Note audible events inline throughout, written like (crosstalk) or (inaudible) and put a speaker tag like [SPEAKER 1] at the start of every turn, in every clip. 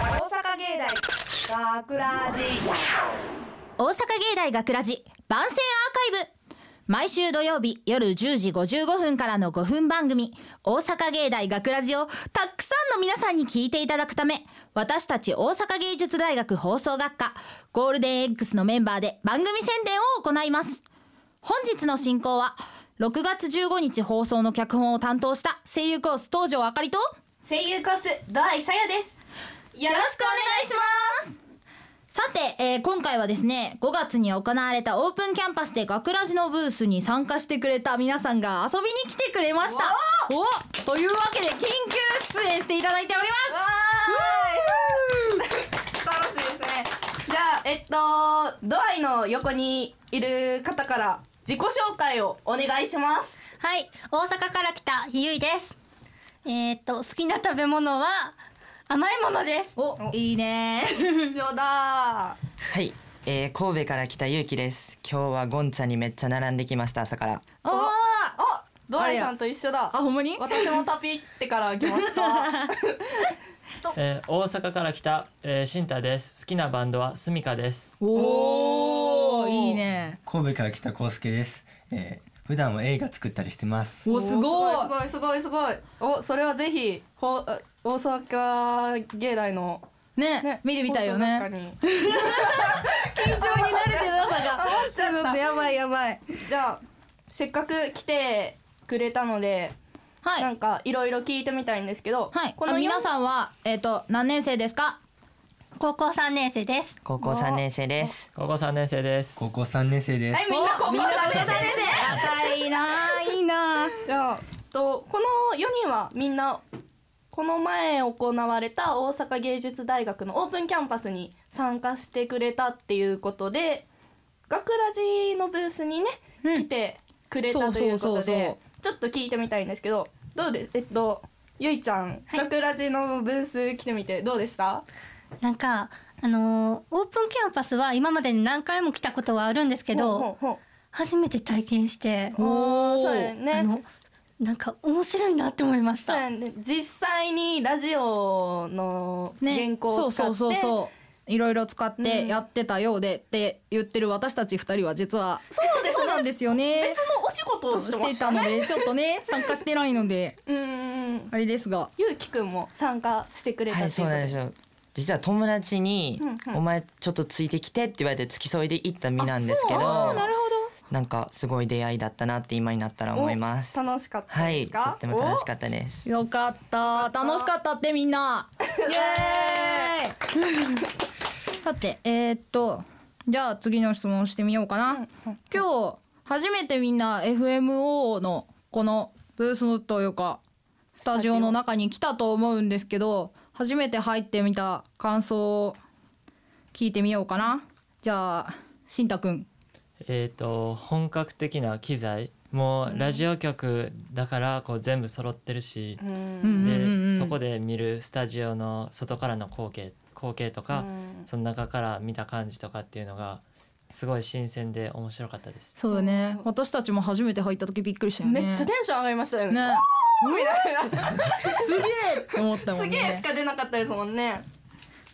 [SPEAKER 1] 芸大学ラジ
[SPEAKER 2] 大阪芸大学ラジ番宣アーカイブ毎週土曜日夜10時55分からの5分番組「大阪芸大学ラジをたくさんの皆さんに聞いていただくため私たち大阪芸術大学放送学科ゴールデン X のメンバーで番組宣伝を行います本日の進行は6月15日放送の脚本を担当した声優コース東條あかりと
[SPEAKER 1] 声優コースドアイさやです
[SPEAKER 2] よろしくお願いしますさて、えー今回はですね5月に行われたオープンキャンパスで学ラジのブースに参加してくれた皆さんが遊びに来てくれましたおというわけで緊急出演していただいております
[SPEAKER 1] 楽しいですねじゃあえっとドアイの横にいる方から自己紹介をお願いします
[SPEAKER 3] はい、大阪から来たゆいです。えーっと好きな食べ物は甘いものです。
[SPEAKER 2] おいいね
[SPEAKER 1] 一緒だ
[SPEAKER 4] はい、えー、神戸から来たゆうきです。今日はゴンチャにめっちゃ並んできました朝から。
[SPEAKER 2] お
[SPEAKER 1] お
[SPEAKER 2] ー
[SPEAKER 1] あドアイさんと一緒だ
[SPEAKER 2] あほんまに
[SPEAKER 1] 私もタピってから来ました
[SPEAKER 5] えー大阪から来た、えー、シンタです好きなバンドはスミカです
[SPEAKER 2] お
[SPEAKER 1] お
[SPEAKER 2] お
[SPEAKER 1] ー
[SPEAKER 2] いいね
[SPEAKER 6] 神戸から来たコウスケです、えー、普段は映画作ったりしてま
[SPEAKER 2] (laughs)
[SPEAKER 6] す
[SPEAKER 2] おすごい
[SPEAKER 1] すごいすごいすごいおそれはぜひほ大阪芸大の
[SPEAKER 2] ね見てみたいよね (laughs)
[SPEAKER 1] 放送
[SPEAKER 2] 緊張に慣れてなさが
[SPEAKER 1] (laughs)
[SPEAKER 2] ちょっとやばいやばい
[SPEAKER 1] 学科にじゃあせっかく来てくれたので、
[SPEAKER 2] はい
[SPEAKER 1] なんかいろいろ聞いてみたいんですけど、
[SPEAKER 2] はい、
[SPEAKER 1] こ
[SPEAKER 2] あ
[SPEAKER 1] の
[SPEAKER 2] 皆
[SPEAKER 1] ん
[SPEAKER 2] さんは、えっ、と、何年生ですか。
[SPEAKER 3] 高校三年生です。
[SPEAKER 4] 高校三年生です。
[SPEAKER 5] 高校3年生です
[SPEAKER 6] 高校3年生です、
[SPEAKER 1] はいみんなこ
[SPEAKER 2] お
[SPEAKER 1] こ
[SPEAKER 2] みんな高校
[SPEAKER 1] さ
[SPEAKER 2] 三
[SPEAKER 1] んで
[SPEAKER 2] 年生。赤いなー、いいなー。
[SPEAKER 1] じゃあとこの4人はみんなこの前行われた大阪芸術大学のオープンキャンパスに参加してくれたっていうことで学ラジのブースにね、
[SPEAKER 2] うん
[SPEAKER 1] 来てくれたという
[SPEAKER 2] そう
[SPEAKER 1] こ
[SPEAKER 2] そうそう
[SPEAKER 1] と
[SPEAKER 2] そう
[SPEAKER 1] でちょっと聞いてみたいんですけどどうですえっとゆいちゃん、学ラジのブース来てみてどうでした
[SPEAKER 3] なんかあのーオープンキャンパスは今までに何回も来たことはあるんですけ
[SPEAKER 1] ほう
[SPEAKER 3] ど、
[SPEAKER 1] ほうほう
[SPEAKER 3] 初めて体験して、
[SPEAKER 1] おーそうや
[SPEAKER 3] あ
[SPEAKER 1] ね
[SPEAKER 3] のなんか面白いなって思いまし
[SPEAKER 1] そう
[SPEAKER 3] た。
[SPEAKER 1] やね実際にラジオの原稿
[SPEAKER 2] そ
[SPEAKER 1] を
[SPEAKER 2] う
[SPEAKER 1] 使っ
[SPEAKER 2] そう
[SPEAKER 1] て
[SPEAKER 2] そうそう。いろいろ使っ
[SPEAKER 1] う
[SPEAKER 2] て
[SPEAKER 1] ん
[SPEAKER 2] やってたようでって言ってる私たち二人は実はそうです、そうなんですよね
[SPEAKER 1] 別のお仕事をしてま
[SPEAKER 2] して
[SPEAKER 1] した
[SPEAKER 2] たのでちょっとね参加してないので
[SPEAKER 1] うんうんうん
[SPEAKER 2] あれですが
[SPEAKER 1] ゆうきくんも参加してくれた
[SPEAKER 4] はい、そうなんです
[SPEAKER 1] よ
[SPEAKER 4] よ。実は友達に、
[SPEAKER 1] うんうん
[SPEAKER 4] お前ちょっとついてきてって言われて付き添いで行った身なんですけど、
[SPEAKER 1] あー
[SPEAKER 4] な
[SPEAKER 1] なる
[SPEAKER 4] んかすごい出会いだったなって今になったら
[SPEAKER 1] ほど
[SPEAKER 4] 思います。
[SPEAKER 1] お楽しかった
[SPEAKER 4] は
[SPEAKER 1] で
[SPEAKER 4] い、
[SPEAKER 1] す
[SPEAKER 4] と
[SPEAKER 1] か
[SPEAKER 4] っても楽しか
[SPEAKER 1] っ
[SPEAKER 4] ったです。
[SPEAKER 2] よかった楽しかったってみんなイエーイ (laughs) さてえーっとじゃあ次の質問をしてみようかな、今日初めてみんな FMO のこのブースのというかスタジオの中に来たと思うんですけど初めて入ってみた感想を聞いてみようかなじゃあしんたくん
[SPEAKER 5] えっ、と本格的な機材もうラジオ局だからこう全部揃ってるし、
[SPEAKER 1] たう
[SPEAKER 2] うんんうんうん
[SPEAKER 5] でそこで見るスタジオの外からの光景光景とか、その中から見た感じとかっていうのがすごい新鮮で面白かったです
[SPEAKER 2] そうだね私たちも初めて入った時びっくりしたよね
[SPEAKER 1] めっちゃテンション上がりましたよね
[SPEAKER 2] ね
[SPEAKER 1] みたいな
[SPEAKER 2] すげえって思ったも
[SPEAKER 1] す
[SPEAKER 2] ん
[SPEAKER 1] げ
[SPEAKER 2] ね
[SPEAKER 1] えしか出なかったですもんね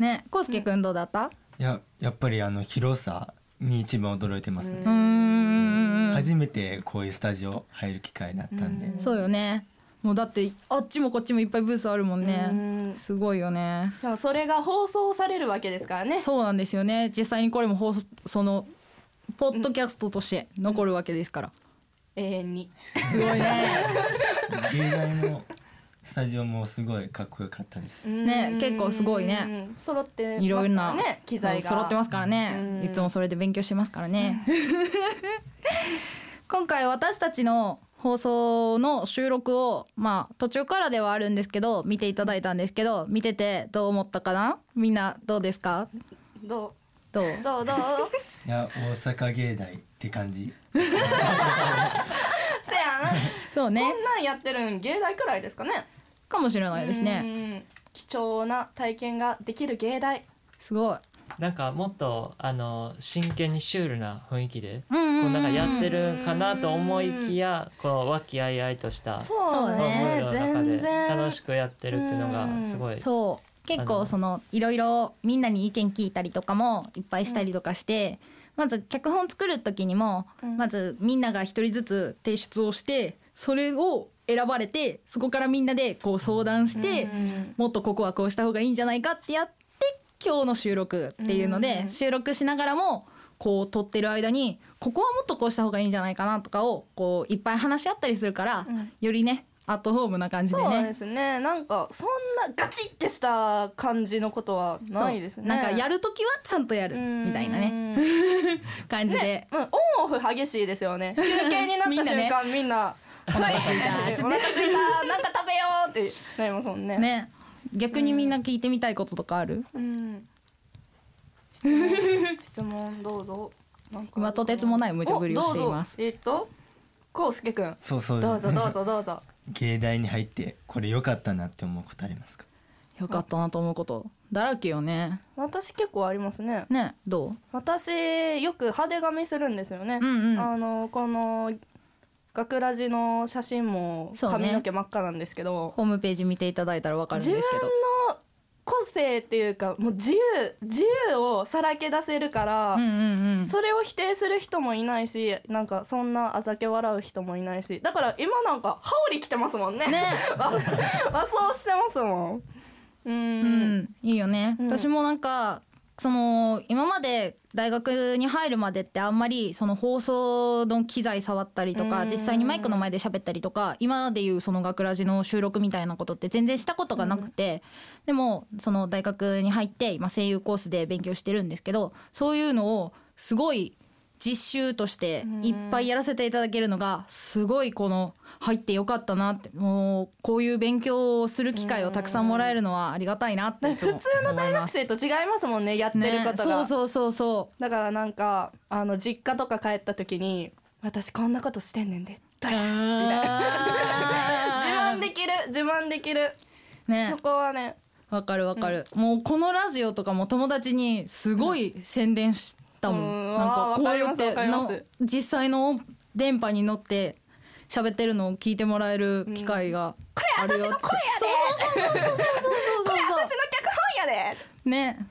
[SPEAKER 2] ね、こうすけくんどうだった？
[SPEAKER 6] いややっぱりあの広さに一番驚いてますね、
[SPEAKER 2] うーん
[SPEAKER 6] 初めてこういうスタジオ入る機会だったんで、
[SPEAKER 1] うん
[SPEAKER 2] そうよね。もうだってあっちもこっちもいっぱいブースあるもんね。
[SPEAKER 1] うん
[SPEAKER 2] すごいよね。
[SPEAKER 1] でもそれが放送されるわけですからね
[SPEAKER 2] そうなんですよね。実際にこれも放送そのポッドキャストとして残るわけですから。
[SPEAKER 1] 永遠に
[SPEAKER 2] すごいね。
[SPEAKER 6] 芸大のスタジオもすごいかっこよかったです、
[SPEAKER 2] ね
[SPEAKER 1] うん
[SPEAKER 2] 結構すごいね
[SPEAKER 1] うん揃ってますからね
[SPEAKER 2] いろいろな
[SPEAKER 1] 機材が
[SPEAKER 2] 揃ってますからね
[SPEAKER 1] う。ん
[SPEAKER 2] いつもそれで勉強してますからね。 (laughs) 今回私たちの放送の収録をまあ途中からではあるんですけど見ていただいたんですけど見ててどう思ったかな？みんなどうですか？
[SPEAKER 1] ど
[SPEAKER 2] どう？
[SPEAKER 1] うどうどう
[SPEAKER 6] いや大阪芸大って感じ
[SPEAKER 1] (laughs) せやな
[SPEAKER 2] そうね
[SPEAKER 1] こん。なんやってるん芸大くらいですかね
[SPEAKER 2] かもしれないですね。
[SPEAKER 1] ね貴重な体験ができる芸大
[SPEAKER 2] すごい。
[SPEAKER 5] なんかもっとあの真剣にシュールな雰囲気で、
[SPEAKER 2] うんうんうん
[SPEAKER 5] こうなんかやってるかなと思いきやこう和気あいあいとした
[SPEAKER 1] そう
[SPEAKER 2] う
[SPEAKER 1] ね
[SPEAKER 2] ね
[SPEAKER 5] ムードの中
[SPEAKER 1] 全
[SPEAKER 5] で
[SPEAKER 1] 然
[SPEAKER 5] 楽しくやってるっていうのがすごい
[SPEAKER 2] そう。結
[SPEAKER 5] あ
[SPEAKER 2] 構
[SPEAKER 5] の
[SPEAKER 2] そのいろいろみんなに意見聞いたりとかもいっぱいしたりとかして、まず脚本作る時にも、
[SPEAKER 1] うん
[SPEAKER 2] まずみんなが一人ずつ提出をしてそれを選ばれてそこからみんなでこう相談して、
[SPEAKER 1] うん
[SPEAKER 2] もっとここはこうした方がいいんじゃないかってやって今日の収録っていうので、
[SPEAKER 1] うん
[SPEAKER 2] 収録しながらもこう撮ってる間にここはもっとこうした方がいいんじゃないかなとかをこういっぱい話し合ったりするから、
[SPEAKER 1] うん
[SPEAKER 2] よりねアットホームな感じで
[SPEAKER 1] そうで
[SPEAKER 2] ね。
[SPEAKER 1] すねなんかそんなガチってした感じのことはないですね
[SPEAKER 2] そうなんかや
[SPEAKER 1] る
[SPEAKER 2] る時はちゃんとやるみたいなね
[SPEAKER 1] ね
[SPEAKER 2] 感じで
[SPEAKER 1] ね、うん、オンオフ激しいですよね休憩になっ
[SPEAKER 2] みん
[SPEAKER 1] た
[SPEAKER 2] なね
[SPEAKER 1] 瞬間みんな「お腹すいた」「 (laughs) お腹すいた」「なんか食べよう」ってなりますもんね。
[SPEAKER 2] ね逆にみんな聞いてみたいこととかある、
[SPEAKER 1] うん、質問質問どうぞ。なんか
[SPEAKER 2] 今とてつもない無茶ぶりをしています
[SPEAKER 1] おどうぞえっと、こうすけくん。
[SPEAKER 6] そうそう
[SPEAKER 1] どうぞどうぞどうぞ。
[SPEAKER 6] 芸大に入ってこれ良かったなって思うことありますか
[SPEAKER 2] よかったなと思うことだらけよね
[SPEAKER 1] 私結構ありますね。
[SPEAKER 2] ねどう
[SPEAKER 1] 私よく派手髪するんですよね。
[SPEAKER 2] うんうん
[SPEAKER 1] あのこの学ラジの写真も
[SPEAKER 2] そうね
[SPEAKER 1] 髪の毛真っ赤なんですけど、
[SPEAKER 2] ホームページ見ていただいたらわかるん
[SPEAKER 1] 自
[SPEAKER 2] で
[SPEAKER 1] 分
[SPEAKER 2] すけど
[SPEAKER 1] の個性っていうかもう自由自由をさらけ出せるから。
[SPEAKER 2] うんうんうん
[SPEAKER 1] それを否定する人もいないしなんかそんなあざけ笑う人もいないしだから今なんか羽織着てますもんね
[SPEAKER 2] ね
[SPEAKER 1] (laughs) 和和装してますもんうー
[SPEAKER 2] うんん、いいよね、
[SPEAKER 1] うん
[SPEAKER 2] 私もなんかその今まで大学に入るまでってあんまりその放送の機材触ったりとか
[SPEAKER 1] うん
[SPEAKER 2] 実際にマイクの前で喋ったりとか今までいうその学ラジの収録みたいなことって全然したことがなくて、でもその大学に入って今声優コースで勉強してるんですけどそういうのをすごい実習としていっぱいやらせていただけるのがすごいこの入ってよかったなってもうこういう勉強をする機会をたくさんもらえるのはありがたいなっていつも
[SPEAKER 1] 普通の大学生と違いますもんねやってる
[SPEAKER 2] ね
[SPEAKER 1] こ、と
[SPEAKER 2] そ
[SPEAKER 1] が、
[SPEAKER 2] うそうそうそ
[SPEAKER 1] だからなんかあの実家とか帰った時に「私こんなことしてんねんで」どれ
[SPEAKER 2] う
[SPEAKER 1] 自慢できる自慢できる
[SPEAKER 2] ね
[SPEAKER 1] そこはね
[SPEAKER 2] わかるわかる、もうこのラジオとかも友達にすごい宣伝したもん、
[SPEAKER 1] うん
[SPEAKER 2] なんかこう
[SPEAKER 1] うん
[SPEAKER 2] や
[SPEAKER 1] わ
[SPEAKER 2] っ
[SPEAKER 1] かります
[SPEAKER 2] て
[SPEAKER 1] わかりま
[SPEAKER 2] の
[SPEAKER 1] す
[SPEAKER 2] 実際の電波に乗って喋ってるのを聞いてもらえる機会があるよって、これ私の声やでそうそうそうそうそうそうそうそう
[SPEAKER 1] 私の脚本やで
[SPEAKER 2] ね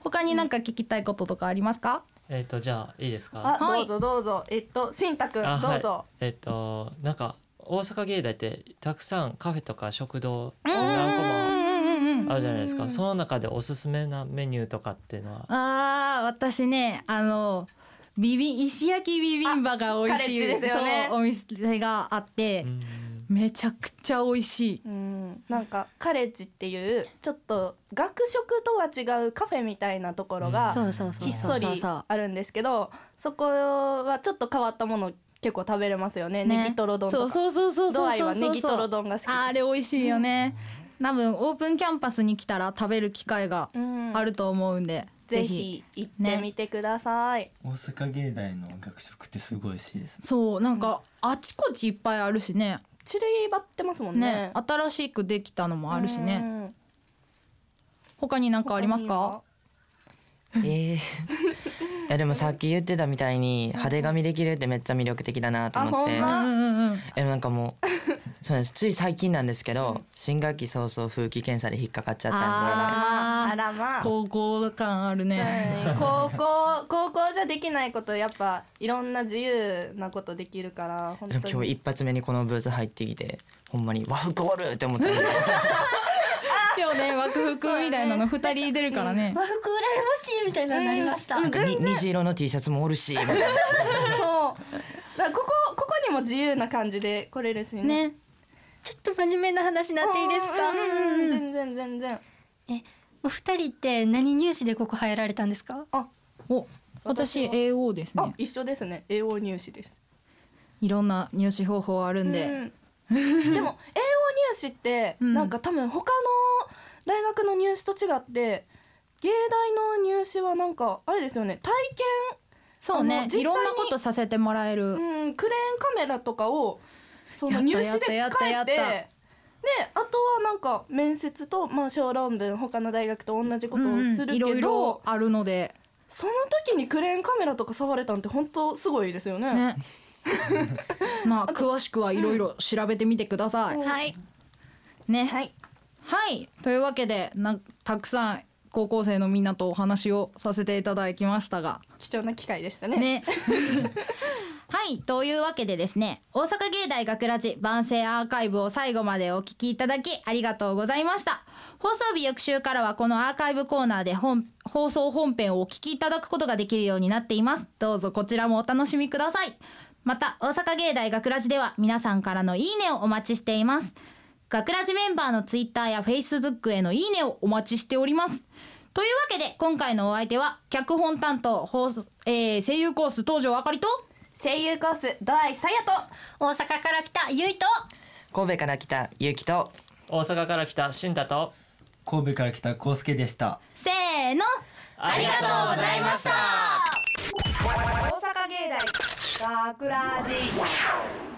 [SPEAKER 2] 他になんか聞きたいこととかありますか、
[SPEAKER 5] えっ、とじゃあいいですか
[SPEAKER 1] あ、
[SPEAKER 2] はい
[SPEAKER 1] どうぞどうぞえっとしんたくん
[SPEAKER 5] あ
[SPEAKER 1] どうぞ、
[SPEAKER 5] はい、えっ、となんか大阪芸大ってたくさんカフェとか食堂
[SPEAKER 2] うんうん
[SPEAKER 5] 何個も
[SPEAKER 2] うんうんうん
[SPEAKER 5] あるじゃないですかその中でおすすめなメニューとかっていうのは
[SPEAKER 2] あー私ねあのビビ石焼きビビンバが美味しい、
[SPEAKER 1] あカレッジですよね
[SPEAKER 2] そうお店があって、
[SPEAKER 5] うん
[SPEAKER 2] めちゃくちゃ美味しい
[SPEAKER 1] うん、なんかカレッジっていうちょっと学食とは違うカフェみたいなところ
[SPEAKER 5] うん
[SPEAKER 1] が
[SPEAKER 2] うそう
[SPEAKER 1] ひっそりあるんですけどそこはちょっと変わったもの結構食べれますよねネギトロ丼と
[SPEAKER 2] そう
[SPEAKER 1] か
[SPEAKER 2] そうそうそうそうそ
[SPEAKER 1] ドア
[SPEAKER 2] う
[SPEAKER 1] イ
[SPEAKER 2] そう
[SPEAKER 1] はネギトロ丼が好き
[SPEAKER 2] あれ美味しいよね、多分オープンキャンパスに来たら食べる機会が
[SPEAKER 1] うん
[SPEAKER 2] あると思うんで、
[SPEAKER 1] ぜひ行ってみてください、
[SPEAKER 6] 大阪芸大の学食ってすごい美味しいですね
[SPEAKER 2] そうなんかあちこちいっぱいあるしね
[SPEAKER 1] 種類ばってますもんね
[SPEAKER 2] ね新しくできたのもあるしね、
[SPEAKER 1] うん
[SPEAKER 2] 他になんかありますか
[SPEAKER 4] えーいやでもさっき言ってたみたいに派手髪できるってめっちゃ魅力的だなと
[SPEAKER 1] あ
[SPEAKER 4] 思って
[SPEAKER 1] ほんま
[SPEAKER 2] うんうんうん
[SPEAKER 4] えなんかもうそうなんですつい最近なんですけど、新学期早々風紀検査で引っかかっちゃったんで
[SPEAKER 1] あらまあ
[SPEAKER 2] 高校感あるね、
[SPEAKER 1] うん高校高校じゃできないことやっぱいろんな自由なことできるから本当
[SPEAKER 4] でも
[SPEAKER 1] に
[SPEAKER 4] 今日一発目にこのブーツ入ってきてほんまに和服おるって思ったんで
[SPEAKER 2] 今日ね和服みたいなの二人出るからね、
[SPEAKER 3] 和服羨ましいみたいなのになりました、
[SPEAKER 4] なんかに虹色の T シャツもおるしみたいな
[SPEAKER 1] そう。だからここここにも自由な感じで来れるしね。
[SPEAKER 2] ね
[SPEAKER 3] ちょっと真面目な話になっていいですか、
[SPEAKER 1] うんうんうん全然全然。
[SPEAKER 3] お二人って何入試でここ入られたんですか
[SPEAKER 1] あ、
[SPEAKER 2] お私
[SPEAKER 1] 私は
[SPEAKER 2] AO です
[SPEAKER 1] あ
[SPEAKER 2] ね
[SPEAKER 1] 一緒ですね。英語入試です。
[SPEAKER 2] いろんな入試方法あるんで、
[SPEAKER 1] うんでも英語入試って
[SPEAKER 2] うん
[SPEAKER 1] なんか多分他の大学の入試と違って。芸大の入試はなんかあれですよね体
[SPEAKER 2] そう
[SPEAKER 1] あの
[SPEAKER 2] ね
[SPEAKER 1] 実際
[SPEAKER 2] い
[SPEAKER 1] に
[SPEAKER 2] ろんなことさせてもらえる、
[SPEAKER 1] 験、うん、クレーンカメラとかをその
[SPEAKER 2] や
[SPEAKER 1] 入
[SPEAKER 2] った
[SPEAKER 1] 試で使
[SPEAKER 2] や
[SPEAKER 1] え
[SPEAKER 2] ったや
[SPEAKER 1] て
[SPEAKER 2] ったやった
[SPEAKER 1] であとはなんか面接と、まあ、小論文他の大学と同じことをするけど、
[SPEAKER 2] いろいろあるので、
[SPEAKER 1] その時にクレーンカメラとか触れたんって本当すごいですよね。
[SPEAKER 2] ねまあ詳しくはいろいろ調べてみてください、
[SPEAKER 3] はい
[SPEAKER 2] ね、
[SPEAKER 1] はい、
[SPEAKER 7] はいというわけでなたくさん高校生のみんなとお話をさせていただきましたが
[SPEAKER 1] 貴重な機会でしたね
[SPEAKER 7] ね
[SPEAKER 2] はいというわけでですね大阪芸大学ラジ万世アーカイブを最後までお聞きいただきありがとうございました放送日翌週からはこのアーカイブコーナーで本放送本編をお聞きいただくことができるようになっていますどうぞこちらもお楽しみくださいまた大阪芸大学ラジでは皆さんからのいいねをお待ちしています学ラジメンバーのツイッターやフェイスブックへのいいねをお待ちしておりますというわけで今回のお相手は脚本担当放送、えー声優コース東條あかりと
[SPEAKER 1] 声優コース度合いさやと
[SPEAKER 3] 大阪から来たゆいと
[SPEAKER 4] 神戸から来たゆきと
[SPEAKER 5] 大阪から来た新太と
[SPEAKER 6] 神戸から来たコウスケでした
[SPEAKER 2] せーの
[SPEAKER 5] あ
[SPEAKER 2] りがとうございました
[SPEAKER 1] 大阪芸大学ラジ